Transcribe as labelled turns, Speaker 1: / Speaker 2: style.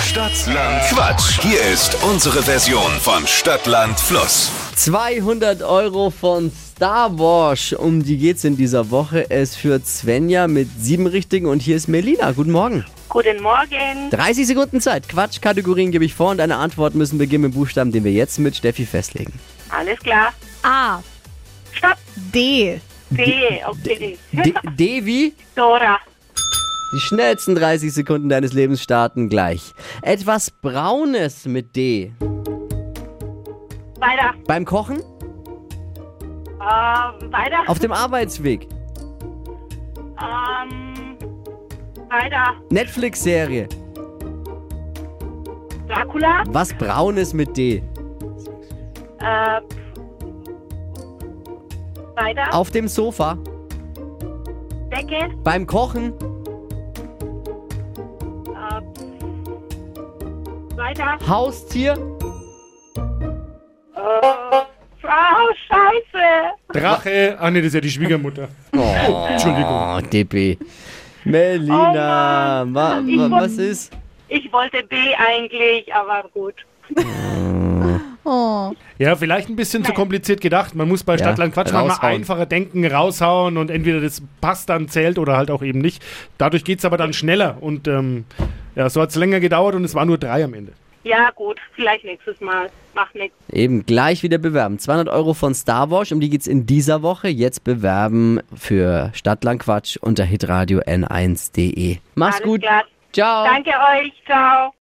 Speaker 1: Stadtland Quatsch. Hier ist unsere Version von Stadtland Fluss.
Speaker 2: 200 Euro von Star Wars. Um die geht's in dieser Woche. Es führt Svenja mit sieben Richtigen und hier ist Melina. Guten Morgen.
Speaker 3: Guten Morgen.
Speaker 2: 30 Sekunden Zeit. Quatschkategorien gebe ich vor und eine Antwort müssen beginnen mit Buchstaben, den wir jetzt mit Steffi festlegen.
Speaker 3: Alles klar.
Speaker 4: A.
Speaker 3: Stopp.
Speaker 4: D.
Speaker 3: D. Okay.
Speaker 2: D, D wie?
Speaker 3: Dora.
Speaker 2: Die schnellsten 30 Sekunden deines Lebens starten gleich. Etwas Braunes mit D.
Speaker 3: Weiter.
Speaker 2: Beim Kochen?
Speaker 3: Ähm, weiter.
Speaker 2: Auf dem Arbeitsweg?
Speaker 3: Ähm, weiter.
Speaker 2: Netflix-Serie?
Speaker 3: Dracula.
Speaker 2: Was Braunes mit D?
Speaker 3: Äh, weiter.
Speaker 2: Auf dem Sofa?
Speaker 3: Decke.
Speaker 2: Beim Kochen?
Speaker 3: Äh, weiter.
Speaker 2: Haustier?
Speaker 3: Äh, Frau, scheiße.
Speaker 5: Drache. Ah, nee, das ist ja die Schwiegermutter.
Speaker 2: Oh,
Speaker 5: Entschuldigung.
Speaker 2: Dippi. Melina,
Speaker 3: Oh
Speaker 2: wa,
Speaker 3: Ich
Speaker 2: wa,
Speaker 3: wollt-
Speaker 2: was ist?
Speaker 3: Ich wollte B eigentlich, aber gut.
Speaker 4: Oh.
Speaker 5: Ja, vielleicht ein bisschen zu kompliziert gedacht. Man muss bei Stadtland Quatsch manchmal
Speaker 2: raushauen.
Speaker 5: einfacher denken, raushauen und entweder das passt dann zählt oder halt auch eben nicht. Dadurch geht es aber dann schneller und ähm, ja, so hat es länger gedauert und es waren nur drei am Ende.
Speaker 3: Ja, gut. Vielleicht nächstes Mal. Mach nichts.
Speaker 2: Eben gleich wieder bewerben. 200 Euro von Star Wars, um die geht's in dieser Woche. Jetzt bewerben für Stadtlandquatsch unter hitradio n1.de. Mach's
Speaker 3: Alles
Speaker 2: gut.
Speaker 3: klar.
Speaker 2: Ciao.
Speaker 3: Danke euch. Ciao.